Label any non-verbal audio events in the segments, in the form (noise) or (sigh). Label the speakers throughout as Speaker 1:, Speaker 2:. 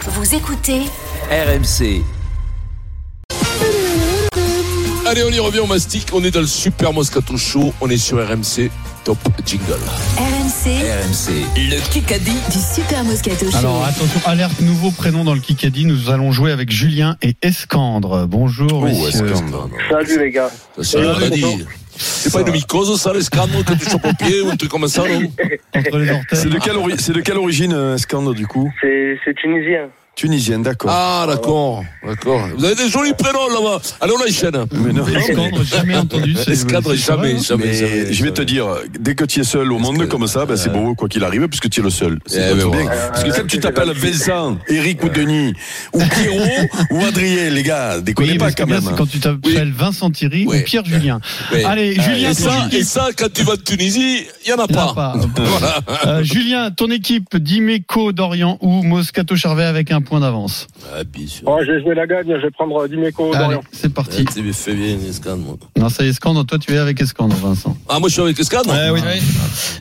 Speaker 1: Vous écoutez
Speaker 2: RMC.
Speaker 3: Allez, on y revient au mastic. On est dans le super Moscato Show. On est sur RMC. Top jingle.
Speaker 1: RMC
Speaker 2: RMC. Le Kikadi.
Speaker 1: du Super Moscato Show.
Speaker 4: Alors attention, alerte, nouveau prénom dans le Kikadi. Nous allons jouer avec Julien et Escandre. Bonjour, messieurs.
Speaker 5: Salut les gars.
Speaker 3: Ça, C'est une
Speaker 5: Salut,
Speaker 3: maladie. C'est pas une mycose, ça, l'escandre, que tu chopes au pied ou un truc comme ça, non
Speaker 4: Entre les orteils.
Speaker 6: C'est de quelle, ori- c'est de quelle origine, euh, Scandre, du coup
Speaker 5: C'est c'est tunisien.
Speaker 6: Tunisienne, d'accord.
Speaker 3: Ah, d'accord. D'accord. Vous avez des jolis prénoms, là-bas. Allez, on enchaîne.
Speaker 6: mais non,
Speaker 4: Escandre, jamais entendu. c'est-
Speaker 3: L'escadre,
Speaker 4: c'est vrai,
Speaker 3: jamais,
Speaker 4: hein
Speaker 3: jamais,
Speaker 6: mais
Speaker 3: jamais,
Speaker 6: je vais
Speaker 3: jamais.
Speaker 6: te dire, dès que tu es seul au
Speaker 3: Est-ce
Speaker 6: monde
Speaker 3: que- euh,
Speaker 6: comme ça, ben, c'est beau, quoi qu'il arrive, puisque tu es le seul.
Speaker 3: Eh
Speaker 6: C'est pas
Speaker 3: ben
Speaker 6: tout
Speaker 3: voilà.
Speaker 6: bien. Parce que
Speaker 5: Euh,
Speaker 6: quand tu
Speaker 5: c'est
Speaker 6: t'appelles
Speaker 5: gentil.
Speaker 6: Vincent, Eric ou Denis, ou
Speaker 3: (laughs)
Speaker 6: Pierrot, ou Adrien, les gars, déconnez
Speaker 4: Oui, mais
Speaker 6: pas
Speaker 4: ce qui est
Speaker 6: quand
Speaker 4: bien,
Speaker 6: même.
Speaker 4: c'est quand tu t'appelles Vincent Thierry
Speaker 3: Oui.
Speaker 4: ou Pierre Julien.
Speaker 3: Ouais.
Speaker 4: Allez, Julien,
Speaker 3: Et
Speaker 4: ton
Speaker 3: ça, et
Speaker 4: équipe.
Speaker 3: ça, quand tu vas en Tunisie, il y en a
Speaker 4: Il y en a
Speaker 3: pas.
Speaker 4: pas. Euh, Julien, ton équipe, Dimeco d'Orient ou Moscato Charvet avec un point d'avance.
Speaker 3: Ah, bien sûr. Ah,
Speaker 5: Oh, je vais jouer la gagne, je vais prendre Dimeco
Speaker 4: Allez,
Speaker 5: d'Orient.
Speaker 4: c'est parti.
Speaker 3: Tu fais bien, l'escadre, moi.
Speaker 4: Non, c'est Escandre. Toi, tu es avec Escandre, Vincent.
Speaker 3: Ah, moi, je suis avec l'escadre
Speaker 7: Ouais, Ah oui.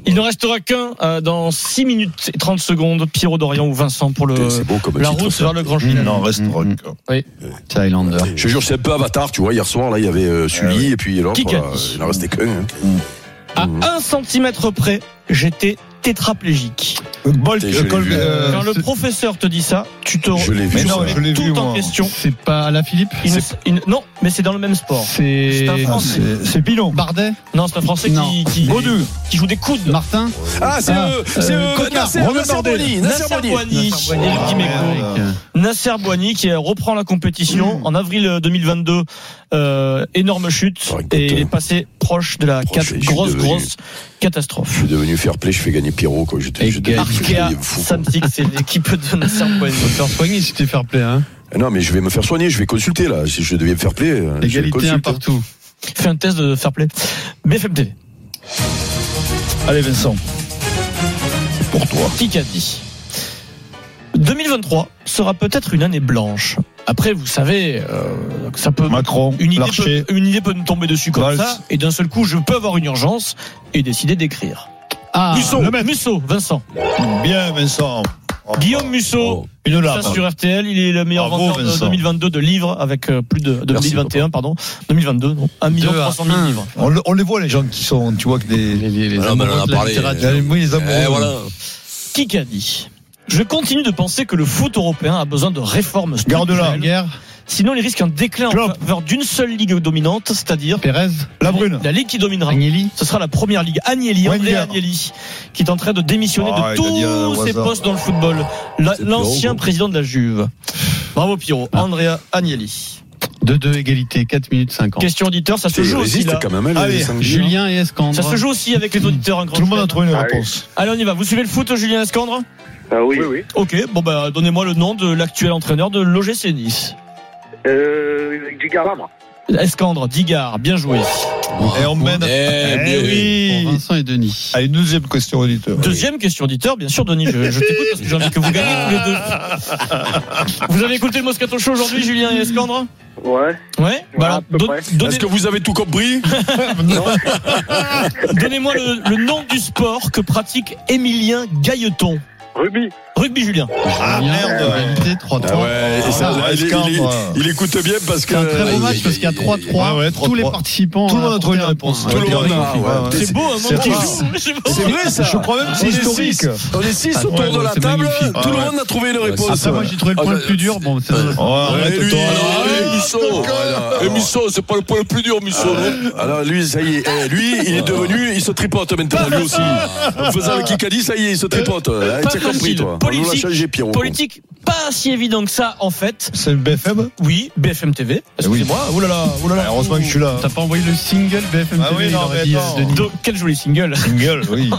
Speaker 7: Il ne restera qu'un euh, dans 6 minutes et 30 secondes, Pierrot Dorian ou Vincent pour le,
Speaker 4: euh,
Speaker 6: Putain, C'est beau comme
Speaker 7: la
Speaker 6: titre,
Speaker 7: route
Speaker 6: ça.
Speaker 7: vers le grand final.
Speaker 4: Non, reste rock.
Speaker 7: Oui.
Speaker 4: Thailander.
Speaker 6: Je jure, c'est un peu avatar, tu vois. Hier soir, là, il y avait euh, Sully, et puis l'autre,
Speaker 7: Kikadi.
Speaker 6: euh, il en restait qu'un. hein.
Speaker 7: À 1 centimètre près, j'étais tétraplégique.
Speaker 6: Putain, je l'ai vu.
Speaker 4: euh,
Speaker 7: Quand le
Speaker 4: c'est-
Speaker 7: professeur te dit ça, tu te
Speaker 6: Je l'ai vu,
Speaker 7: tu
Speaker 6: ça.
Speaker 7: remets
Speaker 6: Je
Speaker 7: tout en question.
Speaker 4: C'est pas à la Philippe
Speaker 7: Il ne- il ne- non, mais c'est dans le même sport.
Speaker 4: C'est
Speaker 7: C'est un Français.
Speaker 4: c'est- c'est Pilon. Bardet
Speaker 7: Non, c'est un Français
Speaker 4: Non.
Speaker 7: qui, qui,
Speaker 4: Baudu.
Speaker 7: qui joue des coudes.
Speaker 4: Martin
Speaker 6: Ah, c'est
Speaker 4: Ah,
Speaker 6: eux, c'est
Speaker 4: euh,
Speaker 6: eux,
Speaker 4: Connard,
Speaker 6: Nasser,
Speaker 4: Romain
Speaker 6: Nasser
Speaker 4: Bardet.
Speaker 6: Boigny, Nasser
Speaker 7: Nasser
Speaker 6: Boigny.
Speaker 7: Boigny,
Speaker 4: Nasser Boigny.
Speaker 7: Eric Dimeco. Nasser Boigny qui euh, reprend la
Speaker 6: Mm.
Speaker 7: compétition en avril 2022. Euh, énorme chute
Speaker 6: Oh, écoute,
Speaker 7: et il
Speaker 6: euh,
Speaker 7: est passé proche de la
Speaker 6: proche,
Speaker 7: cat-
Speaker 6: et je suis
Speaker 7: grosse
Speaker 6: devenu-
Speaker 7: grosse
Speaker 6: Je
Speaker 7: catastrophe.
Speaker 6: suis devenu fair play, je fais gagner Pierrot, quoi. J'étais
Speaker 4: Et
Speaker 6: j'étais-
Speaker 7: Arkea
Speaker 6: j'étais fou.
Speaker 7: Samsic, c'est
Speaker 6: (laughs)
Speaker 7: l'équipe de Nasser Boigny.
Speaker 4: Faire soigner si tu fair play. Hein.
Speaker 6: Ah Non, mais je vais me faire soigner, je vais consulter là. Si je devais me faire play, euh, je vais
Speaker 4: Égalité un
Speaker 6: consulter.
Speaker 4: partout.
Speaker 7: Fais un test de fair play. BFM TV.
Speaker 4: Allez Vincent.
Speaker 6: pour toi.
Speaker 7: Qui qu'a dit 2023 sera peut-être une année blanche. Après, vous savez, euh, que ça peut
Speaker 4: Macron,
Speaker 7: une idée, peut, une idée peut me tomber dessus comme ça, et d'un seul coup, je peux avoir une urgence et décider d'écrire.
Speaker 4: Ah,
Speaker 7: Musso, Musso, Vincent.
Speaker 4: bien Vincent.
Speaker 7: Guillaume Musso,
Speaker 4: Oh, Une
Speaker 7: ça sur RTL, il est le meilleur
Speaker 4: Bravo,
Speaker 7: vendeur de
Speaker 4: Vincent.
Speaker 7: 2022 de livres avec euh, plus de, de
Speaker 6: Merci,
Speaker 7: 2021, pardon, 2022, donc 1 million 300 000 livres.
Speaker 4: On, les voit les gens qui sont, tu vois, que des, les, les, les
Speaker 3: Ah, mais on en a
Speaker 4: amoureux de la
Speaker 3: parlé.
Speaker 4: littérature. Oui, les amoureux.
Speaker 3: Eh, voilà.
Speaker 7: Qui qu'a dit Je continue de penser que le foot européen a besoin de réformes
Speaker 4: Garde-la.
Speaker 7: structurelles.
Speaker 4: Guerre,
Speaker 7: Sinon, il risque un déclin en
Speaker 4: Klopp.
Speaker 7: faveur d'une seule ligue dominante, c'est-à-dire
Speaker 4: Pérez,
Speaker 7: La ligue qui dominera.
Speaker 4: Agnelli.
Speaker 7: Ce sera la première ligue. Agnelli, André
Speaker 4: Wenger.
Speaker 7: Agnelli, qui est en train de démissionner
Speaker 6: Ah,
Speaker 7: de
Speaker 6: il a dit un
Speaker 7: tous ses
Speaker 6: hasard.
Speaker 7: postes dans le football. La-
Speaker 6: C'est Pierrot, Ah.
Speaker 7: L'ancien
Speaker 6: bon.
Speaker 7: président de la Juve. Bravo Pierrot. Andrea Agnelli.
Speaker 4: 2-2 égalité, 4 minutes 50.
Speaker 7: Question auditeur, ça se
Speaker 6: Tu
Speaker 7: joue aussi
Speaker 6: résistes
Speaker 7: là.
Speaker 6: quand même, hein, les
Speaker 4: Allez,
Speaker 6: sangliers.
Speaker 4: Ah Julien et Escandre.
Speaker 7: Ça se joue aussi avec les auditeurs. un grand chelem.
Speaker 4: une
Speaker 5: Ah, réponse.
Speaker 7: Allez, on y va. Vous suivez le foot, Julien Escandre
Speaker 5: Ah oui.
Speaker 7: Ok, bon bah donnez-moi le nom de l'actuel entraîneur de l'OGC Nice.
Speaker 5: Euh, du Gara, moi.
Speaker 7: Escandre, Digard, bien joué.
Speaker 3: Et on mène. Eh, bien,
Speaker 4: Pour Vincent et Denis.
Speaker 8: Allez, deuxième question auditeur.
Speaker 7: Deuxième question auditeur, bien sûr, Denis, je, je t'écoute parce que j'ai envie que vous gagnez tous les deux.
Speaker 6: (laughs)
Speaker 7: Vous avez écouté le Moscato Show aujourd'hui, Julien et Escandre
Speaker 5: Ouais.
Speaker 7: Ouais,
Speaker 5: Ouais, à
Speaker 7: bah
Speaker 5: peu
Speaker 7: alors,
Speaker 5: près.
Speaker 7: don- donnez-
Speaker 6: Est-ce que vous avez tout compris
Speaker 7: (laughs) donnez-moi le, le nom du sport que pratique Émilien Gailleton.
Speaker 5: Rugby.
Speaker 7: Rugby Julien.
Speaker 8: Ah merde
Speaker 4: Égalité 3-3.
Speaker 6: Ah ouais, et ça,
Speaker 8: Ah,
Speaker 6: il, il- il-
Speaker 8: Scandre.
Speaker 6: il écoute bien parce que.
Speaker 4: C'est un très bon
Speaker 3: Aïe,
Speaker 4: match
Speaker 3: aïe,
Speaker 4: parce qu'il Euh, y a
Speaker 3: aïe, aïe,
Speaker 4: 3-3.
Speaker 8: aïe. Ouais, ouais,
Speaker 4: Tous les
Speaker 8: 3-3.
Speaker 4: participants. euh,
Speaker 8: Tout le monde a trouvé
Speaker 4: apporté
Speaker 8: une
Speaker 4: un
Speaker 8: réponse.
Speaker 4: point.
Speaker 6: Tout le
Speaker 8: Ouais,
Speaker 6: monde a,
Speaker 8: ouais,
Speaker 6: ouais.
Speaker 8: ouais.
Speaker 7: C'est beau, hein, un
Speaker 6: c'est
Speaker 7: monde qui
Speaker 6: rare.
Speaker 7: joue. (laughs) C'est beau.
Speaker 6: C'est vrai ça
Speaker 8: Je crois même que c'est
Speaker 6: On est
Speaker 8: historique.
Speaker 6: six. On est six autour
Speaker 4: Ah, ouais,
Speaker 6: de la
Speaker 4: c'est
Speaker 6: table,
Speaker 4: magnifique.
Speaker 6: tout le
Speaker 4: Ah,
Speaker 6: monde a trouvé une réponse.
Speaker 4: Après, moi, j'ai trouvé le point le plus dur. Bon, c'est
Speaker 8: Oh, arrête,
Speaker 6: lui,
Speaker 8: toi.
Speaker 3: Alors,
Speaker 6: Ouais,
Speaker 3: allez,
Speaker 6: ouais,
Speaker 3: Musso.
Speaker 6: ouais,
Speaker 3: Voilà. Et
Speaker 6: ouais.
Speaker 3: Musso, c'est pas le point le plus dur, Musso, non
Speaker 6: Alors lui, ça y est, eh, lui, il est devenu, il se tripote maintenant lui aussi. En faisant le Kikadi, ça y est, il se tripote. Eh,
Speaker 7: Pas
Speaker 6: T'as compris
Speaker 7: facile.
Speaker 6: toi On nous l'a
Speaker 7: Politique.
Speaker 6: changé, Pierrot.
Speaker 7: Politique, pas si évident que ça en fait.
Speaker 8: C'est BFM
Speaker 7: Oui, BFM TV. Excusez-moi. Oulala, oulala.
Speaker 8: Ah, Heureusement que je suis là.
Speaker 4: T'as pas envoyé le single BFM
Speaker 8: Ah
Speaker 4: TV,
Speaker 8: oui,
Speaker 4: il
Speaker 8: non,
Speaker 4: aurait
Speaker 8: mais
Speaker 4: dit,
Speaker 8: attends.
Speaker 4: euh, Denis.
Speaker 7: Donc, quel joli single.
Speaker 8: Une gueule, oui.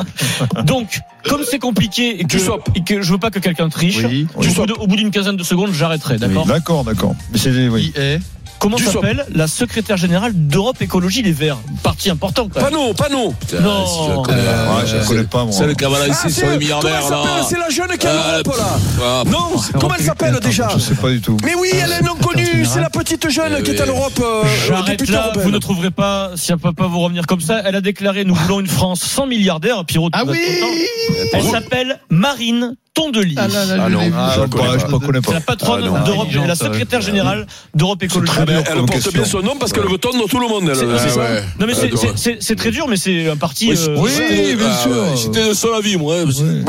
Speaker 7: Donc, comme c'est compliqué et que,
Speaker 6: Tu sopes.
Speaker 7: et que je veux pas que quelqu'un triche,
Speaker 4: Oui.
Speaker 7: au bout de- au bout d'une quinzaine de secondes, j'arrêterai, d'accord
Speaker 8: D'accord, d'accord. Mais c'est. Oui.
Speaker 4: Qui est
Speaker 7: Comment
Speaker 6: Du
Speaker 7: s'appelle la secrétaire générale d'Europe Écologie Les Verts Parti important, quand même.
Speaker 6: Panneau, panneau.
Speaker 7: Non.
Speaker 3: si je la connais.
Speaker 8: Ouais, Ah, je la connais pas, moi.
Speaker 3: C'est le cavalier ici, c'est le milliardaire,
Speaker 6: Ah, Comment elle
Speaker 3: là.
Speaker 6: s'appelle C'est la jeune qui est en
Speaker 3: Ah,
Speaker 6: Europe, là.
Speaker 3: ah,
Speaker 6: Non, comment elle s'appelle déjà
Speaker 8: Je sais pas du tout.
Speaker 6: Mais oui, elle est non connue, c'est la petite jeune qui est en Europe, euh,
Speaker 7: J'arrête
Speaker 6: députée
Speaker 7: là, vous ne
Speaker 6: européenne.
Speaker 7: trouverez pas, si elle peut pas vous revenir comme ça, elle a déclaré Nous voulons une France sans milliardaires, Pierrot. tu
Speaker 4: Ah
Speaker 7: vas être
Speaker 4: oui
Speaker 7: content. Elle s'appelle Marine Tondelier.
Speaker 4: Ah là là,
Speaker 6: Ah
Speaker 4: je
Speaker 6: non.
Speaker 4: l'ai vu.
Speaker 8: Ah,
Speaker 6: Je
Speaker 8: je
Speaker 6: connais
Speaker 8: ne
Speaker 6: pas.
Speaker 8: connais
Speaker 7: C'est
Speaker 8: pas.
Speaker 7: la patronne
Speaker 6: Ah non,
Speaker 7: d'Europe,
Speaker 4: intelligente,
Speaker 7: la secrétaire
Speaker 4: ouais.
Speaker 7: générale d'Europe Écologie.
Speaker 8: très
Speaker 6: Eh ben,
Speaker 8: dur
Speaker 6: Elle
Speaker 8: comme
Speaker 6: porte
Speaker 8: question.
Speaker 6: bien son nom parce qu'elle veut tondre tout le monde. elle.
Speaker 7: C'est-
Speaker 6: Ouais,
Speaker 7: c'est ça.
Speaker 6: ouais.
Speaker 7: Non mais c'est-
Speaker 6: Ah,
Speaker 7: c'est- c'est c'est très dur, mais c'est un parti. euh,
Speaker 8: oui,
Speaker 3: C'était-
Speaker 8: bien
Speaker 3: ah,
Speaker 8: sûr.
Speaker 3: ouais, J'étais de son avis, moi. hein, parce que-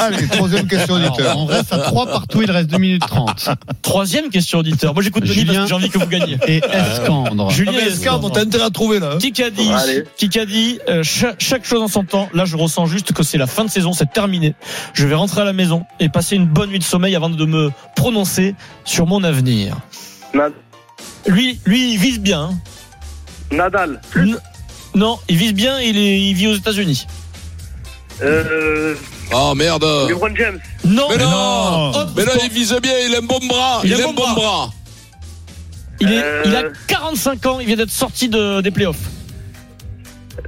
Speaker 8: Allez, troisième question
Speaker 4: Alors,
Speaker 8: auditeur.
Speaker 4: on reste à 3 partout, il reste 2 minutes
Speaker 7: (laughs)
Speaker 4: 30.
Speaker 7: Troisième question auditeur. Moi j'écoute Denis parce
Speaker 4: Julien.
Speaker 7: que j'ai envie que vous gagniez.
Speaker 4: Et Escandre.
Speaker 7: Julien
Speaker 8: Escard,
Speaker 7: Escandre.
Speaker 8: on t'a intérêt à trouver là. hein.
Speaker 7: Qui qu'a dit,
Speaker 5: Allez.
Speaker 7: qui qu'a dit, euh, cha- chaque chose en son temps. Là, je ressens juste que c'est la fin de saison, c'est terminé. Je vais rentrer à la maison et passer une bonne nuit de sommeil avant de me prononcer sur mon avenir.
Speaker 5: Na-
Speaker 7: Lui, lui, il vise bien. hein.
Speaker 5: Nadal.
Speaker 7: N- non, il vise bien. Il, est, il vit aux États-Unis.
Speaker 5: Euh,
Speaker 3: Ah merde.
Speaker 5: LeBron James.
Speaker 7: Non,
Speaker 3: Mais non
Speaker 7: Autre
Speaker 3: Mais là,
Speaker 7: sport.
Speaker 3: il vise bien, il aime bon bras. Il, aime bon bras.
Speaker 7: il, est-
Speaker 5: Euh.
Speaker 7: il a 45 ans. Il vient d'être sorti de, des playoffs.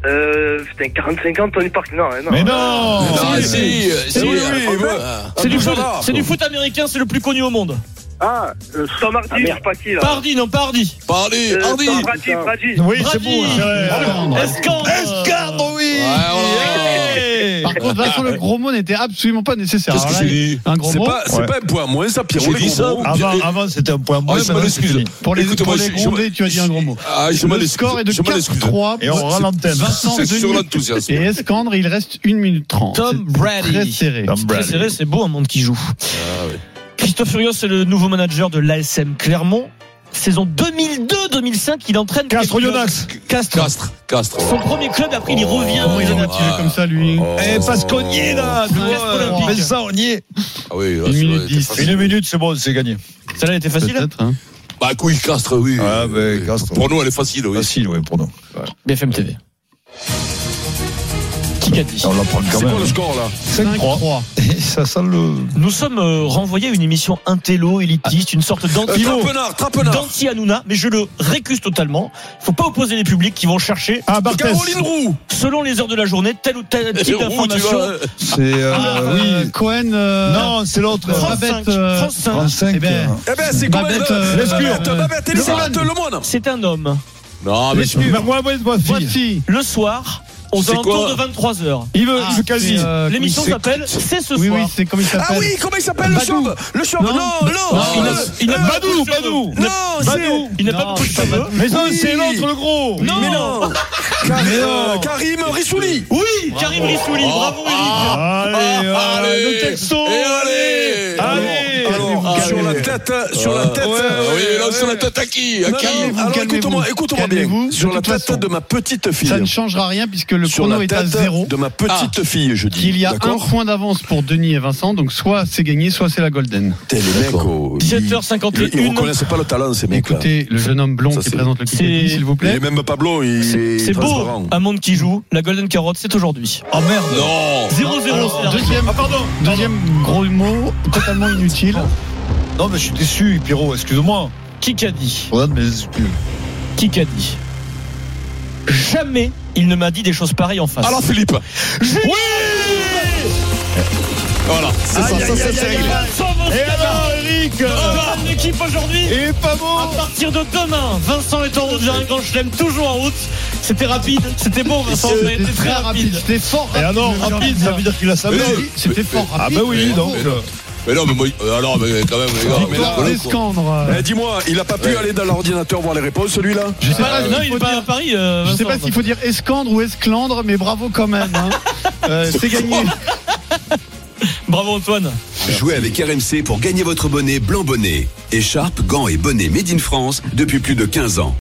Speaker 5: Euh, putain, 45 ans, Tony Parker. Non, hein, non.
Speaker 8: Mais non
Speaker 3: Ah,
Speaker 7: oui,
Speaker 3: si, si,
Speaker 7: oui,
Speaker 3: ah,
Speaker 6: oui,
Speaker 3: ah,
Speaker 6: oui.
Speaker 3: ah.
Speaker 7: C'est du,
Speaker 6: bon, ça
Speaker 7: foot,
Speaker 6: va.
Speaker 7: c'est du foot américain. C'est le plus connu au monde.
Speaker 5: Ah, euh, Tom Hardy, je sais pas qui là.
Speaker 7: Pardi, non Pardi.
Speaker 3: Parlez,
Speaker 5: Euh,
Speaker 3: Hardy.
Speaker 5: Tom Brady, Brady.
Speaker 8: Oui,
Speaker 7: Brady. Escandre.
Speaker 8: Escard, oui
Speaker 7: Eh.
Speaker 3: Ouais,
Speaker 4: Par contre, Vincent, le gros mot n'était absolument pas nécessaire.
Speaker 3: Qu'est-ce que
Speaker 4: Alors
Speaker 3: j'ai
Speaker 4: là,
Speaker 3: dit
Speaker 4: un gros
Speaker 6: C'est
Speaker 4: mot.
Speaker 6: pas, c'est
Speaker 8: Ouais.
Speaker 6: pas un point moins, ça, Pierrot.
Speaker 3: J'ai
Speaker 6: le
Speaker 3: dit
Speaker 6: gros
Speaker 3: ça,
Speaker 6: mot.
Speaker 8: Avant, avant c'était un point
Speaker 3: Ah,
Speaker 8: moins.
Speaker 3: je
Speaker 8: maintenant,
Speaker 3: m'en
Speaker 8: c'est
Speaker 3: excuse.
Speaker 8: fini.
Speaker 4: Pour les,
Speaker 3: Écoute,
Speaker 4: pour
Speaker 3: moi,
Speaker 4: les
Speaker 3: je- je-
Speaker 4: gronder, tu as dit un gros mot.
Speaker 3: Ah, je m'en
Speaker 4: Le
Speaker 3: excuse.
Speaker 4: score est de
Speaker 3: Je m'en excuse.
Speaker 4: 4-3.
Speaker 8: Et on rend l'antenne.
Speaker 4: Vincent
Speaker 3: C'est sur
Speaker 4: Denis
Speaker 3: l'enthousiasme.
Speaker 4: et Escandre, il reste 1 minute 30.
Speaker 7: Tom
Speaker 4: C'est
Speaker 7: Brady.
Speaker 4: Très serré.
Speaker 8: Tom
Speaker 7: Très
Speaker 8: Brady.
Speaker 7: serré, c'est beau un monde qui joue. Christophe Furios est le nouveau manager de l'ASM Clermont. Saison 2002-2005, il entraîne
Speaker 8: Castro
Speaker 7: quelques-
Speaker 8: Yonax
Speaker 7: Castres.
Speaker 3: Castre, castre.
Speaker 7: Son premier club, après il y revient.
Speaker 4: Comment il
Speaker 7: il
Speaker 4: en
Speaker 7: a-
Speaker 4: a tiré comme ça, lui
Speaker 3: Oh.
Speaker 4: euh,
Speaker 8: Eh, parce qu'on y est là tu
Speaker 7: Ouais,
Speaker 8: vois,
Speaker 7: olympique.
Speaker 8: Mais ça, on y est
Speaker 3: Ah oui, là,
Speaker 4: Une
Speaker 3: c'est-
Speaker 4: minute
Speaker 3: ouais,
Speaker 4: dix.
Speaker 3: t'es facile.
Speaker 8: Une minute, c'est bon, c'est gagné.
Speaker 7: Celle-là était facile.
Speaker 4: Peut-être. hein.
Speaker 3: Bah, couille, castre, oui.
Speaker 8: Ah, ben, Castres.
Speaker 3: Pour nous, elle est facile, oui.
Speaker 8: Facile, oui, pour nous.
Speaker 7: BFM TV. Qui a dit
Speaker 8: On la prend quand
Speaker 6: C'est quoi le
Speaker 8: même.
Speaker 6: score, là
Speaker 8: 5-3.
Speaker 4: 5-3.
Speaker 8: Et (laughs) Ça sent le.
Speaker 7: Nous sommes euh, renvoyés à une émission intello, élitiste, une sorte
Speaker 6: Euh,
Speaker 7: d'anti
Speaker 6: Trapenard, Trapenard.
Speaker 7: Hanouna, mais je le récuse totalement. Faut pas opposer les publics qui vont chercher,
Speaker 8: Ah, Barthez
Speaker 6: Caroline Roux.
Speaker 7: selon les heures de la journée, tel ou tel
Speaker 3: (laughs)
Speaker 7: type
Speaker 3: Roux, tu
Speaker 7: d'information.
Speaker 3: vas.
Speaker 8: C'est. euh,
Speaker 4: Euh,
Speaker 8: oui.
Speaker 4: Cohen. euh,
Speaker 8: Non, c'est l'autre.
Speaker 7: France
Speaker 4: Babette,
Speaker 7: 5,
Speaker 4: euh,
Speaker 7: France 5.
Speaker 8: 35.
Speaker 4: Eh ben,
Speaker 6: Eh ben, c'est comment
Speaker 4: Babette, euh,
Speaker 6: Babette,
Speaker 4: euh,
Speaker 6: Babette, Elisabeth
Speaker 4: Lemoine.
Speaker 6: Lemoine.
Speaker 7: C'est un homme.
Speaker 3: Non, Ah, mais c'est-
Speaker 8: moi, moi, moi, fille.
Speaker 4: voici.
Speaker 7: Le soir, aux
Speaker 3: C'est
Speaker 7: alentours
Speaker 3: quoi
Speaker 7: de 23h.
Speaker 8: Il veut,
Speaker 4: Ah,
Speaker 8: il veut quasi.
Speaker 4: c'est, euh,
Speaker 7: L'émission
Speaker 4: oui,
Speaker 7: s'appelle C'est ce
Speaker 4: c'est- Oui, oui,
Speaker 7: soir.
Speaker 4: c'est comme il
Speaker 6: Ah
Speaker 4: s'appelle.
Speaker 6: oui, comment il s'appelle le
Speaker 4: Badou.
Speaker 6: chauve Le chauve, non,
Speaker 4: Non.
Speaker 6: non.
Speaker 3: Non,
Speaker 6: euh,
Speaker 7: il a-
Speaker 6: euh,
Speaker 8: Badou,
Speaker 7: pas de
Speaker 8: Badou.
Speaker 7: cheveux.
Speaker 6: Non,
Speaker 8: Badou.
Speaker 7: Il n'a pas
Speaker 4: Non,
Speaker 7: beaucoup de
Speaker 4: c'est pas
Speaker 7: cheveux.
Speaker 8: Mais non,
Speaker 6: Oui.
Speaker 8: c'est l'autre, le gros.
Speaker 6: Non, mais non. Karim, euh, Karim Rissouli.
Speaker 7: Oui, Karim Rissouli,
Speaker 3: Oh.
Speaker 7: bravo Eric.
Speaker 8: Allez,
Speaker 4: euh,
Speaker 3: Ah,
Speaker 8: allez,
Speaker 3: allez.
Speaker 8: le texto.
Speaker 3: Et allez
Speaker 8: Allez.
Speaker 6: Alors,
Speaker 3: Ah,
Speaker 6: sur
Speaker 3: oui.
Speaker 6: la tête, euh, sur la tête. euh,
Speaker 3: Ah. Oui, là, sur la tête à qui À
Speaker 6: Non,
Speaker 3: qui
Speaker 6: non,
Speaker 4: Calmez-vous,
Speaker 6: alors,
Speaker 4: calmez-vous.
Speaker 6: écoute-moi, écoute-moi bien.
Speaker 4: Calmez-vous,
Speaker 6: Sur
Speaker 4: de
Speaker 6: la
Speaker 4: toute
Speaker 6: tête
Speaker 4: façon.
Speaker 6: de ma petite fille.
Speaker 4: Ça ne changera rien puisque le
Speaker 6: sur
Speaker 4: chrono
Speaker 6: la
Speaker 4: est à
Speaker 6: tête
Speaker 4: 0.
Speaker 6: de ma petite fille, je dis.
Speaker 4: Qu'il y a un
Speaker 6: D'accord
Speaker 4: point d'avance pour Denis et Vincent, donc soit c'est gagné, soit c'est la Golden.
Speaker 6: T'es le mec, oh, ils-
Speaker 7: 17h51.
Speaker 6: Ils reconnaissent pas le talent, ces mecs-là.
Speaker 4: Écoutez, le jeune homme blond
Speaker 6: Ça,
Speaker 4: qui
Speaker 6: c'est-
Speaker 4: présente le
Speaker 7: c'est-
Speaker 4: Kikadi, s'il vous
Speaker 6: Il est
Speaker 4: plaît.
Speaker 6: même pas blond, il est,
Speaker 7: C'est
Speaker 6: transparent.
Speaker 7: beau, un monde qui joue. La Golden Carotte, c'est aujourd'hui.
Speaker 8: Oh merde.
Speaker 3: Non
Speaker 7: 0-0.
Speaker 4: Alors,
Speaker 7: c'est-à-dire-
Speaker 4: deuxième, deuxième gros mot totalement inutile.
Speaker 8: Non, mais je suis déçu, Pierrot, excuse-moi.
Speaker 7: Qui qu'a dit
Speaker 8: Regarde mes excuses.
Speaker 7: Qui qu'a dit Jamais il ne m'a dit des choses pareilles en face.
Speaker 3: Alors, Philippe
Speaker 7: Julien
Speaker 3: Voilà, c'est ça, ça c'est réglé.
Speaker 7: Vincent
Speaker 8: Et
Speaker 7: Moscato,
Speaker 8: alors, Eric
Speaker 7: rejoint hein. l'équipe aujourd'hui.
Speaker 8: Il est pas
Speaker 7: À
Speaker 8: bon
Speaker 7: partir de demain, Vincent est en route vers un grand chelem, toujours en route. C'était rapide, c'était bon Vincent, ça a été
Speaker 4: C'était
Speaker 7: très rapide. ah
Speaker 4: C'était fort
Speaker 8: Et
Speaker 4: rapide.
Speaker 8: alors,
Speaker 4: j'ai envie de
Speaker 8: rapide,
Speaker 4: dire.
Speaker 8: ça veut dire qu'il a sa
Speaker 3: Mais
Speaker 8: main.
Speaker 3: non,
Speaker 4: C'était fort
Speaker 8: Ah,
Speaker 4: rapide.
Speaker 8: bah oui,
Speaker 3: Mais
Speaker 8: donc.
Speaker 3: non, Mais non, mais moi, euh, alors, mais quand même, les gars, mais là, voilà,
Speaker 4: Victoire
Speaker 3: quoi.
Speaker 4: d'Escandre.
Speaker 6: Eh, Dis-moi, il a pas pu
Speaker 3: Ouais.
Speaker 6: aller dans l'ordinateur voir les réponses, celui-là
Speaker 4: Je sais pas
Speaker 7: Voilà,
Speaker 4: s'il
Speaker 7: non, il
Speaker 4: faut
Speaker 7: est pas à
Speaker 4: dire-
Speaker 7: Paris. euh,
Speaker 4: je sais
Speaker 7: Vincent.
Speaker 4: pas s'il faut dire Escandre ou Esclandre, mais bravo quand même.
Speaker 3: (laughs)
Speaker 4: hein. Euh, c'est gagné.
Speaker 7: Bravo Antoine.
Speaker 9: Jouez avec RMC pour gagner votre bonnet blanc bonnet. Écharpe, gants et bonnets made in France depuis plus de 15 ans.